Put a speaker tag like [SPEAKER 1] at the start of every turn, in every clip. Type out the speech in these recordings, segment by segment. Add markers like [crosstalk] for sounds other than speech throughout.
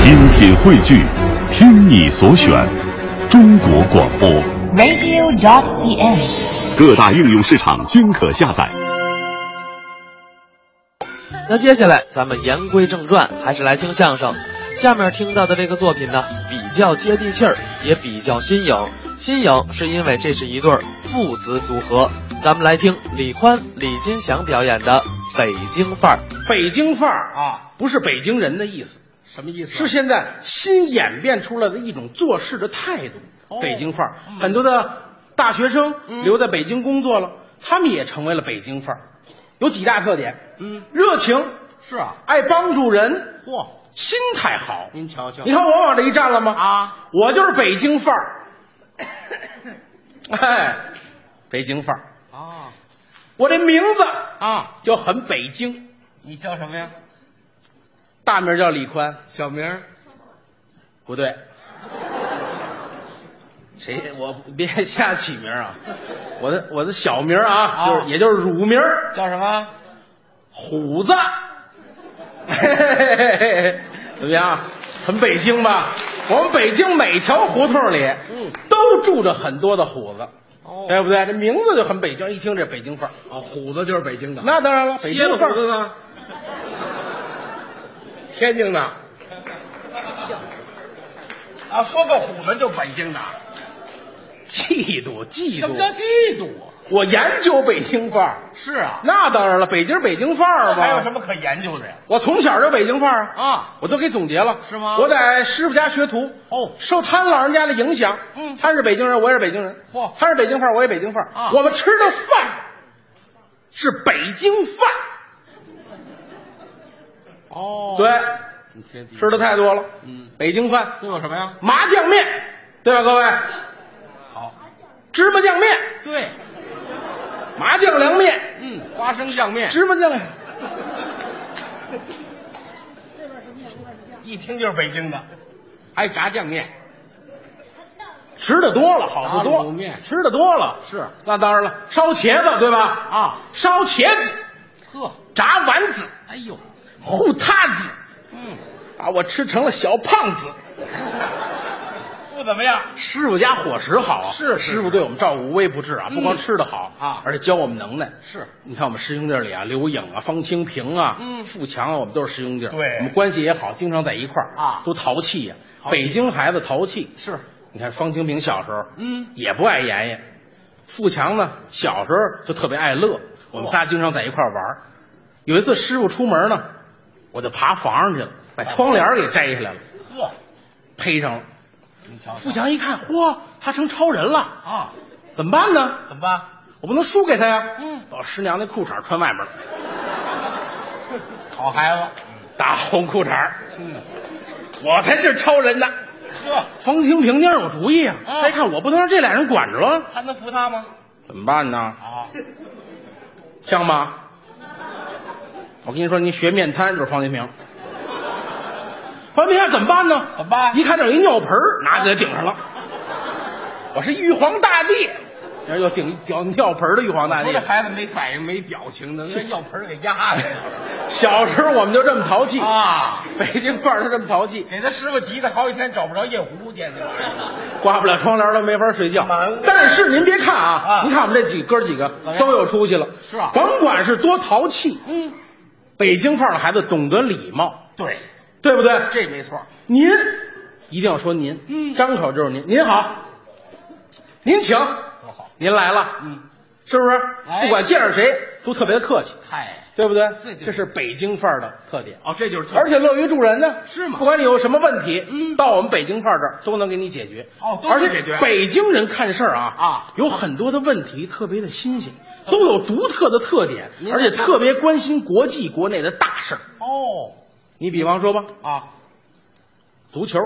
[SPEAKER 1] 精品汇聚，听你所选，中国广播。
[SPEAKER 2] radio.cn。
[SPEAKER 1] 各大应用市场均可下载。
[SPEAKER 3] 那接下来咱们言归正传，还是来听相声。下面听到的这个作品呢，比较接地气儿，也比较新颖。新颖是因为这是一对儿父子组合。咱们来听李宽、李金祥表演的《北京范儿》。
[SPEAKER 4] 北京范儿
[SPEAKER 5] 啊，
[SPEAKER 4] 不是北京人的意思，
[SPEAKER 5] 什么意思？啊
[SPEAKER 4] 是现在新演变出来的一种做事的态度。
[SPEAKER 5] 哦嗯
[SPEAKER 4] 北京范儿，很多的大学生留在北京工作了，他们也成为了北京范儿。有几大特点：
[SPEAKER 5] 嗯，
[SPEAKER 4] 热情，
[SPEAKER 5] 是啊。
[SPEAKER 4] 爱帮助人，
[SPEAKER 5] 嚯，
[SPEAKER 4] 心态好。
[SPEAKER 5] 您瞧瞧，
[SPEAKER 4] 你看我往这一站了吗？
[SPEAKER 5] 啊，
[SPEAKER 4] 我就是北京范
[SPEAKER 5] [coughs]
[SPEAKER 4] 儿。哎，北京范儿，
[SPEAKER 5] 啊
[SPEAKER 4] 我这名字
[SPEAKER 5] 啊，
[SPEAKER 4] 就很北京，
[SPEAKER 5] 你叫什么呀？
[SPEAKER 4] 大名叫李宽，
[SPEAKER 5] 小名儿
[SPEAKER 4] 不对，
[SPEAKER 5] [laughs]
[SPEAKER 4] 谁我
[SPEAKER 5] [laughs]
[SPEAKER 4] 别瞎起名啊！ [laughs] 我的我的小名啊，
[SPEAKER 5] 啊
[SPEAKER 4] 就是也就是乳名儿
[SPEAKER 5] 叫什么？
[SPEAKER 4] 虎子，嘿嘿嘿嘿 [laughs] 怎么样？很北京吧？我们北京每条胡同里，
[SPEAKER 5] 嗯，
[SPEAKER 4] 都住着很多的虎子，
[SPEAKER 5] 哦
[SPEAKER 4] 对不对？这名字就很北京，一听这北京范儿。
[SPEAKER 5] 哦，虎子就是北京的。
[SPEAKER 4] 那当然了，北
[SPEAKER 5] 蝎子
[SPEAKER 4] 京范
[SPEAKER 5] 虎
[SPEAKER 4] 儿
[SPEAKER 5] 子呢？天津的。啊，说个虎子就北京的。
[SPEAKER 4] 嫉妒嫉
[SPEAKER 5] 什么叫
[SPEAKER 4] 妒。
[SPEAKER 5] 嫉妒啊？
[SPEAKER 4] 我研究北京范儿，
[SPEAKER 5] 是啊，
[SPEAKER 4] 那当然了，北京北京范儿嘛。
[SPEAKER 5] 还有什？么可研究的呀？
[SPEAKER 4] 我从小就北京范儿啊。
[SPEAKER 5] 啊，
[SPEAKER 4] 我都给总结了，
[SPEAKER 5] 是吗
[SPEAKER 4] 我在师傅家学徒，
[SPEAKER 5] 哦
[SPEAKER 4] 受他老人家的影响，
[SPEAKER 5] 嗯
[SPEAKER 4] 他是北京人，我也是北京人，
[SPEAKER 5] 嚯
[SPEAKER 4] 他是北京范儿，我也北京范儿，
[SPEAKER 5] 啊
[SPEAKER 4] 我们吃的饭是北京饭，
[SPEAKER 5] 哦
[SPEAKER 4] 对，
[SPEAKER 5] 对，
[SPEAKER 4] 吃的太多了，
[SPEAKER 5] 嗯，
[SPEAKER 4] 北京饭，
[SPEAKER 5] 都有什么呀？
[SPEAKER 4] 麻酱面，对吧，各位？
[SPEAKER 5] 好，
[SPEAKER 4] 芝麻酱面、
[SPEAKER 5] 对，
[SPEAKER 4] 麻酱凉面、
[SPEAKER 5] 嗯，花生酱面，
[SPEAKER 4] 芝麻酱面，
[SPEAKER 5] 一听就是北京的，还有炸酱面，
[SPEAKER 4] 吃的多了，好处
[SPEAKER 5] 打
[SPEAKER 4] 多
[SPEAKER 5] 卤
[SPEAKER 4] 了
[SPEAKER 5] 面，
[SPEAKER 4] 吃的多了
[SPEAKER 5] 是
[SPEAKER 4] 那当然了，烧茄子对吧？
[SPEAKER 5] 啊，
[SPEAKER 4] 烧茄子、
[SPEAKER 5] 呵，
[SPEAKER 4] 炸丸子、
[SPEAKER 5] 哎呦，
[SPEAKER 4] 糊塌子，
[SPEAKER 5] 嗯，
[SPEAKER 4] 把我吃成了小胖子。
[SPEAKER 5] 不怎么样，
[SPEAKER 4] 师傅家伙食好啊，
[SPEAKER 5] 是是嗯
[SPEAKER 4] 师傅对我们照顾无微不至啊，不光吃的好
[SPEAKER 5] 啊
[SPEAKER 4] 而且教我们能耐。
[SPEAKER 5] 是
[SPEAKER 4] 你看我们师兄弟里啊，刘颖啊、方清平啊、
[SPEAKER 5] 嗯
[SPEAKER 4] 富强啊，我们都是师兄弟，
[SPEAKER 5] 对
[SPEAKER 4] 我们关系也好，经常在一块儿
[SPEAKER 5] 啊
[SPEAKER 4] 都淘气呀、
[SPEAKER 5] 淘气
[SPEAKER 4] 北京孩子淘气，
[SPEAKER 5] 是，
[SPEAKER 4] 你看方清平小时候，
[SPEAKER 5] 嗯，
[SPEAKER 4] 也不爱妍妍，富强呢小时候就特别爱乐，我们仨经常在一块儿玩儿。有一次师傅出门呢，我就爬房上去了，把窗帘儿给摘下来了，
[SPEAKER 5] 呵，
[SPEAKER 4] 披上了。
[SPEAKER 5] 你瞧瞧
[SPEAKER 4] 富强一看，嚯，他成超人了，
[SPEAKER 5] 啊，
[SPEAKER 4] 怎么办呢？
[SPEAKER 5] 怎么办？
[SPEAKER 4] 我不能输给他呀！
[SPEAKER 5] 嗯
[SPEAKER 4] 把我师娘那裤衩穿外面了，
[SPEAKER 5] 好孩子，
[SPEAKER 4] 大红裤衩，
[SPEAKER 5] 嗯，
[SPEAKER 4] 我才是超人呢。
[SPEAKER 5] 呵，
[SPEAKER 4] 方清平那儿有主意啊！
[SPEAKER 5] 嗯
[SPEAKER 4] 再看我不能让这俩人管着了，
[SPEAKER 5] 还能服他吗？
[SPEAKER 4] 怎么办呢？
[SPEAKER 5] 啊，
[SPEAKER 4] 像吗？我跟你说，您学面瘫就是方清平。方清平怎么办呢？
[SPEAKER 5] 怎么办
[SPEAKER 4] 一看这有一尿盆儿拿起来顶上了。我是玉皇大帝，然后又顶顶尿盆儿的玉皇大
[SPEAKER 5] 说
[SPEAKER 4] 帝
[SPEAKER 5] 这。孩子没反应、没表情的，那药盆儿给压的
[SPEAKER 4] 小时候我们就这么淘
[SPEAKER 5] [laughs]
[SPEAKER 4] 气，
[SPEAKER 5] 啊！
[SPEAKER 4] 北京范儿就这么淘气，
[SPEAKER 5] 给他师傅急的好几天找不着夜壶见这玩意儿， [laughs]
[SPEAKER 4] 挂不了窗帘都没法睡觉
[SPEAKER 5] 忙。
[SPEAKER 4] 但是您别看啊
[SPEAKER 5] 啊，
[SPEAKER 4] 您看我们这几哥几个
[SPEAKER 5] 么样
[SPEAKER 4] 都有出息了，
[SPEAKER 5] 是啊
[SPEAKER 4] 甭管是多淘气，
[SPEAKER 5] 嗯，
[SPEAKER 4] 北京范儿的孩子懂得礼貌，
[SPEAKER 5] 对，
[SPEAKER 4] 对不对？
[SPEAKER 5] 这没错，
[SPEAKER 4] 您一定要说您，
[SPEAKER 5] 嗯
[SPEAKER 4] 张口就是您。您好，您请，
[SPEAKER 5] 多好，
[SPEAKER 4] 您来了，
[SPEAKER 5] 嗯，
[SPEAKER 4] 是不是？
[SPEAKER 5] 哎
[SPEAKER 4] 不管见着谁都特别的客气，
[SPEAKER 5] 嗨，
[SPEAKER 4] 对不对？
[SPEAKER 5] 对对
[SPEAKER 4] 这是北京范儿的特点，
[SPEAKER 5] 哦，这就是特
[SPEAKER 4] 而且乐于助人呢。
[SPEAKER 5] 是吗
[SPEAKER 4] 不管你有什么问题，
[SPEAKER 5] 嗯
[SPEAKER 4] 到我们北京范儿这儿都能给你解决。
[SPEAKER 5] 哦都能
[SPEAKER 4] 而且
[SPEAKER 5] 解决
[SPEAKER 4] 北京人看事儿啊
[SPEAKER 5] 啊，
[SPEAKER 4] 有很多的问题特别的新鲜，都有独特的特点，
[SPEAKER 5] 您
[SPEAKER 4] 而且
[SPEAKER 5] 说
[SPEAKER 4] 特别关心国际国内的大事儿。
[SPEAKER 5] 哦
[SPEAKER 4] 你比方说吧，
[SPEAKER 5] 啊，
[SPEAKER 4] 足球，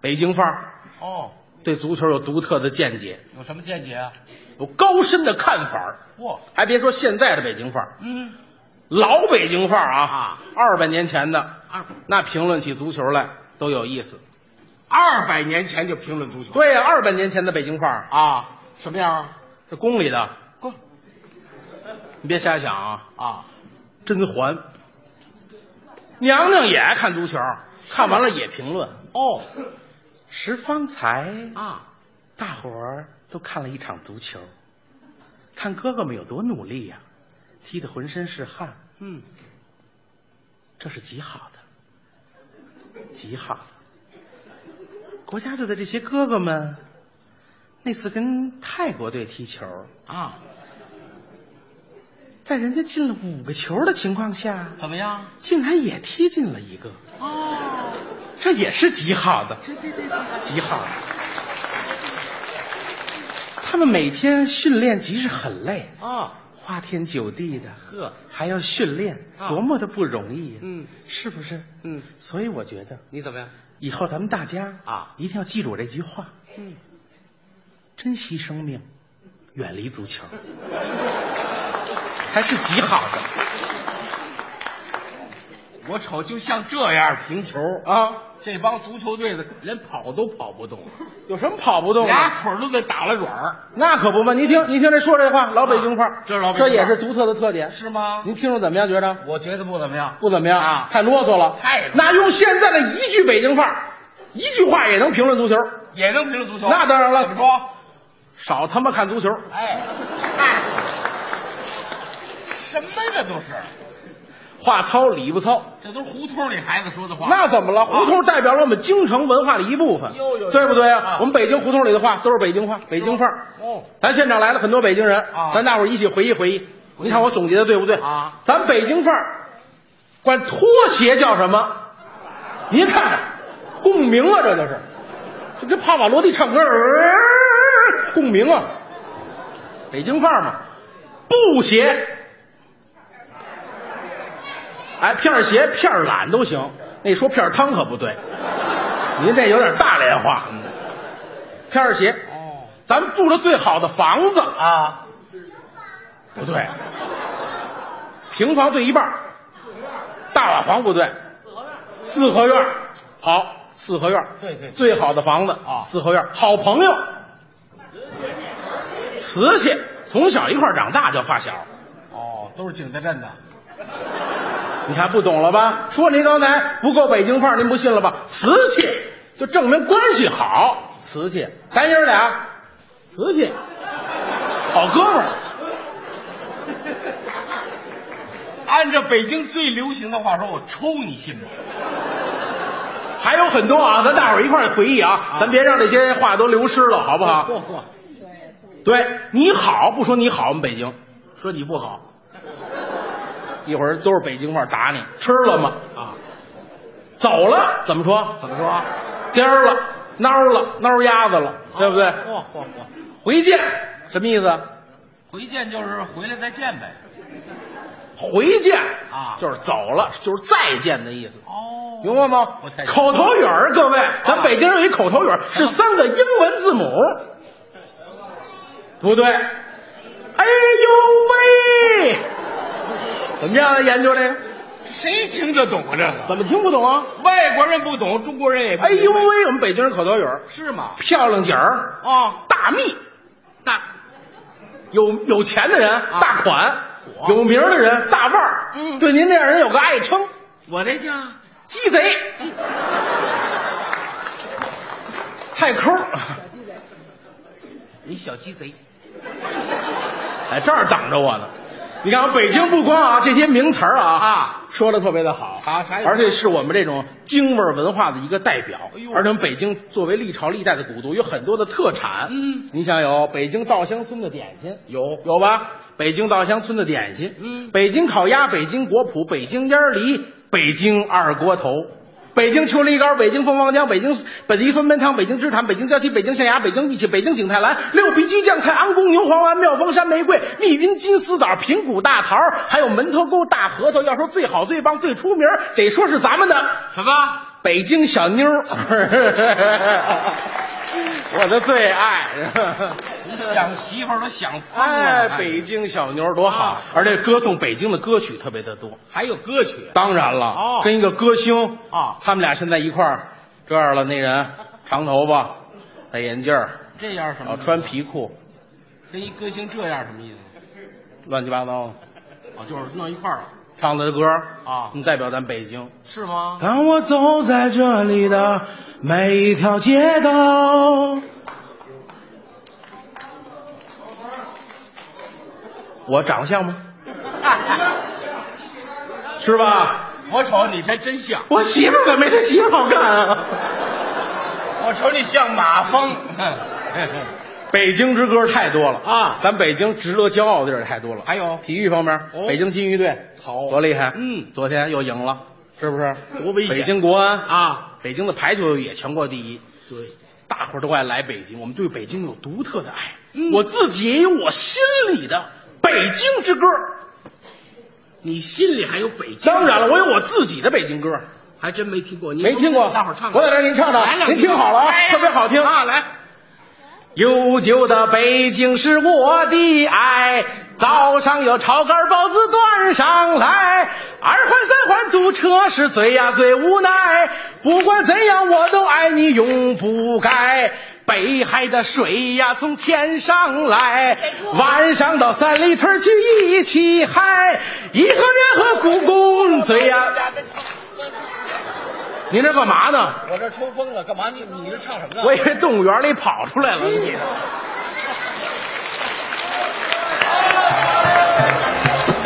[SPEAKER 4] 北京范儿
[SPEAKER 5] 哦，
[SPEAKER 4] 对足球有独特的见解，
[SPEAKER 5] 有什么见解啊？
[SPEAKER 4] 有高深的看法儿。
[SPEAKER 5] 嚯，
[SPEAKER 4] 还别说现在的北京范儿，
[SPEAKER 5] 嗯，
[SPEAKER 4] 老北京范儿啊，
[SPEAKER 5] 啊
[SPEAKER 4] 二百年前的，
[SPEAKER 5] 二
[SPEAKER 4] 那评论起足球来都有意思。
[SPEAKER 5] 二百年前就评论足球
[SPEAKER 4] 对呀、二百年前的北京范儿
[SPEAKER 5] 啊，什么样啊？
[SPEAKER 4] 是宫里的，
[SPEAKER 5] 过
[SPEAKER 4] 你别瞎想啊，
[SPEAKER 5] 啊，
[SPEAKER 4] 甄嬛、娘娘也爱看足球，看完了也评论。
[SPEAKER 5] 哦
[SPEAKER 4] 十方才
[SPEAKER 5] 啊，
[SPEAKER 4] 大伙儿都看了一场足球，看哥哥们有多努力呀、踢得浑身是汗，
[SPEAKER 5] 嗯，
[SPEAKER 4] 这是极好的，极好的。国家队的这些哥哥们，那次跟泰国队踢球，
[SPEAKER 5] 啊，
[SPEAKER 4] 在人家进了五个球的情况下，
[SPEAKER 5] 怎么样？
[SPEAKER 4] 竟然也踢进了一个，
[SPEAKER 5] 哦，
[SPEAKER 4] 这也是极好的。
[SPEAKER 5] 这这这这，
[SPEAKER 4] 极好。他们每天训练集是很累，
[SPEAKER 5] 啊，
[SPEAKER 4] 花天酒地的，
[SPEAKER 5] 呵，
[SPEAKER 4] 还要训练，
[SPEAKER 5] 啊
[SPEAKER 4] 多么的不容易呀、
[SPEAKER 5] 嗯
[SPEAKER 4] 是不是？
[SPEAKER 5] 嗯，
[SPEAKER 4] 所以我觉得
[SPEAKER 5] 你怎么样？
[SPEAKER 4] 以后咱们大家
[SPEAKER 5] 啊
[SPEAKER 4] 一定要记住我这句话：
[SPEAKER 5] 嗯，
[SPEAKER 4] 珍惜生命，远离足球，才是极好的
[SPEAKER 5] 我瞅就像这样评球，
[SPEAKER 4] 啊！
[SPEAKER 5] 这帮足球队的连跑都跑不动，
[SPEAKER 4] 有什么跑不动的？
[SPEAKER 5] 俩腿儿都得打了软儿，
[SPEAKER 4] 那可不嘛！您听，您听这说这话，老北京话，
[SPEAKER 5] 啊这是老北
[SPEAKER 4] 这
[SPEAKER 5] 京话
[SPEAKER 4] 也是独特的特点。
[SPEAKER 5] 是吗？
[SPEAKER 4] 您听着怎么样？觉着？
[SPEAKER 5] 我觉得不怎么样。
[SPEAKER 4] 不怎么样
[SPEAKER 5] 啊
[SPEAKER 4] 太啰嗦了，
[SPEAKER 5] 太啰嗦
[SPEAKER 4] 那用现在的一句北京话，一句话也能评论足球，
[SPEAKER 5] 也能评论足球？
[SPEAKER 4] 那当然了
[SPEAKER 5] 怎么说？
[SPEAKER 4] 少他妈看足球，
[SPEAKER 5] 哎，嗨什么呀？这都是，
[SPEAKER 4] 话糙理不糙，
[SPEAKER 5] 这都是胡同里孩子说的话。
[SPEAKER 4] 那怎么了？胡同代表了我们京城文化的一部分
[SPEAKER 5] 哟哟，
[SPEAKER 4] 对不对
[SPEAKER 5] 啊
[SPEAKER 4] 我们北京胡同里的话都是北京话，北京范儿。
[SPEAKER 5] 哦，
[SPEAKER 4] 咱现场来了很多北京人
[SPEAKER 5] 啊
[SPEAKER 4] 咱大伙儿一起回忆回忆，你看我总结的对不对
[SPEAKER 5] 啊？
[SPEAKER 4] 咱北京范儿，管拖鞋叫什么？您看看，共鸣啊，这就是，就跟帕瓦罗蒂唱歌，呃共鸣啊，北京范儿嘛，布鞋，哎，片儿鞋、片儿懒都行，那说片儿汤可不对，您这有点大连话，片儿鞋。
[SPEAKER 5] 哦
[SPEAKER 4] 咱们住着最好的房子，
[SPEAKER 5] 啊，
[SPEAKER 4] 不对，啊平房对一半儿，大瓦房不对，四合院儿，好，四合院儿，
[SPEAKER 5] 对对对
[SPEAKER 4] 最好的房子
[SPEAKER 5] 啊
[SPEAKER 4] 四合院儿，好朋友，瓷器，从小一块儿长大叫发小，
[SPEAKER 5] 哦，都是景德镇的。
[SPEAKER 4] 你看不懂了吧？说您刚才不够北京范儿，您不信了吧？瓷器就证明关系好，瓷器，咱爷儿俩，瓷器，好哥们儿。
[SPEAKER 5] 按照北京最流行的话说，我抽你信吗？
[SPEAKER 4] 还有很多啊，咱大伙儿一块儿回忆啊，咱别让这些话都流失了，好
[SPEAKER 5] [laughs]
[SPEAKER 4] 不好？
[SPEAKER 5] 嚯嚯，
[SPEAKER 4] 对你好，不说你好，我们北京说你不好，一会儿都是北京话打你，吃了吗？
[SPEAKER 5] 啊，
[SPEAKER 4] 走了怎么说？
[SPEAKER 5] 怎么说？啊
[SPEAKER 4] 颠儿了，孬了，孬鸭子了，对不对？
[SPEAKER 5] 嚯嚯嚯，
[SPEAKER 4] 回见什么意思？
[SPEAKER 5] 回见就是回来再见呗。
[SPEAKER 4] 回见
[SPEAKER 5] 啊
[SPEAKER 4] 就是走了，就是再见的意思。
[SPEAKER 5] 哦
[SPEAKER 4] 明白吗
[SPEAKER 5] 不太？清
[SPEAKER 4] 口头语儿，各位，咱
[SPEAKER 5] 啊
[SPEAKER 4] 北京人有一口头语儿，是三个英文字母，不对？哎呦喂，怎么样？啊研究这个
[SPEAKER 5] 谁听得懂啊？这个
[SPEAKER 4] 怎么听不懂啊？
[SPEAKER 5] 外国人不懂，中国人也不
[SPEAKER 4] 哎
[SPEAKER 5] 懂
[SPEAKER 4] 呦喂，我们北京人口头语儿，
[SPEAKER 5] 是吗？
[SPEAKER 4] 漂亮姐儿，
[SPEAKER 5] 啊，
[SPEAKER 4] 大蜜，
[SPEAKER 5] 大
[SPEAKER 4] 有有钱的人
[SPEAKER 5] 啊
[SPEAKER 4] 大款，
[SPEAKER 5] 火
[SPEAKER 4] 有名儿的人大腕儿，
[SPEAKER 5] 嗯
[SPEAKER 4] 对您这样人有个爱称，
[SPEAKER 5] 我这叫
[SPEAKER 4] 鸡贼，太抠儿。
[SPEAKER 5] 你小鸡贼，
[SPEAKER 4] 在哎这儿等着我呢。你看，北京不光啊这些名词儿啊
[SPEAKER 5] 啊，
[SPEAKER 4] 说的特别的好
[SPEAKER 5] 好还有
[SPEAKER 4] 而且是我们这种京味儿文化的一个代表。
[SPEAKER 5] 哎呦
[SPEAKER 4] 而且我们北京作为历朝历代的古都，有很多的特产。
[SPEAKER 5] 嗯，
[SPEAKER 4] 你想有北京稻香村的点心，有有吧？北京稻香村的点心，
[SPEAKER 5] 嗯
[SPEAKER 4] 北京烤鸭、北京果脯、北京烟儿梨、北京二锅头。北京秋梨膏、北京凤凰浆、北京本地酸梅汤、北京芝坛、北京椒鸡、北京象牙、北京玉器、北京景泰蓝、六必居酱菜、昂公牛黄丸、妙峰山玫瑰、密云金丝枣、平谷大桃，还有门头沟大核桃。要说最好、最棒、最出名，得说是咱们的 [laughs]
[SPEAKER 5] 什么？
[SPEAKER 4] 北京小妞儿， [laughs] 我的最爱。 [laughs]
[SPEAKER 5] 你想媳妇儿都想疯了。
[SPEAKER 4] 哎，北京小妞儿多好
[SPEAKER 5] 啊，
[SPEAKER 4] 而且歌颂北京的歌曲特别的多。
[SPEAKER 5] 还有歌曲
[SPEAKER 4] 当然了，
[SPEAKER 5] 哦
[SPEAKER 4] 跟一个歌星
[SPEAKER 5] 啊
[SPEAKER 4] 他们俩现在一块儿这样了，那人长头发，戴眼镜儿，
[SPEAKER 5] 这样什么
[SPEAKER 4] 老
[SPEAKER 5] 意思？
[SPEAKER 4] 穿皮裤，
[SPEAKER 5] 跟一歌星这样什么意思？
[SPEAKER 4] 乱七八糟的。
[SPEAKER 5] 哦，就是弄一块儿了。
[SPEAKER 4] 唱的歌
[SPEAKER 5] 啊
[SPEAKER 4] 能代表咱北京。
[SPEAKER 5] 是吗？
[SPEAKER 4] 当我走在这里的每一条街道，我长得像
[SPEAKER 5] [laughs]
[SPEAKER 4] 吗？是吧？
[SPEAKER 5] 我瞅你还真像，
[SPEAKER 4] 我媳妇儿可没他媳妇儿好看啊！
[SPEAKER 5] 我瞅你像马蜂。
[SPEAKER 4] [laughs] 北京之歌太多了
[SPEAKER 5] 啊
[SPEAKER 4] 咱北京值得骄傲的地儿太多了。
[SPEAKER 5] 还有
[SPEAKER 4] 体育方面，
[SPEAKER 5] 哦
[SPEAKER 4] 北京金鱼队
[SPEAKER 5] 好
[SPEAKER 4] 多厉害！
[SPEAKER 5] 嗯
[SPEAKER 4] 昨天又赢了，是不是？
[SPEAKER 5] 多危险
[SPEAKER 4] 北京国安啊，
[SPEAKER 5] 啊，
[SPEAKER 4] 北京的排球也全国第一。
[SPEAKER 5] 对，
[SPEAKER 4] 大伙儿都爱来北京，我们对北京有独特的爱。
[SPEAKER 5] 嗯
[SPEAKER 4] 我自己也有我心里的北京之歌。
[SPEAKER 5] 你心里还有北京？
[SPEAKER 4] 当然了，我有我自己的北京歌，
[SPEAKER 5] 还真没听过，
[SPEAKER 4] 没听过。
[SPEAKER 5] 大伙儿唱，
[SPEAKER 4] 我在这儿您唱唱，
[SPEAKER 5] 来两句
[SPEAKER 4] 您听好了啊，
[SPEAKER 5] 来呀
[SPEAKER 4] 特别好听啊，来。悠久的北京是我的爱，早上有炒肝包子端上来，二环三环堵车是最呀最无奈，不管怎样我都爱你永不改。北海的水呀从天上来，晚上到三里屯去一起嗨，颐和园和故宫最呀。您这干嘛呢？
[SPEAKER 5] 我这抽风了，干嘛你你这唱什么呢？
[SPEAKER 4] 我以为动物园里跑出来了，你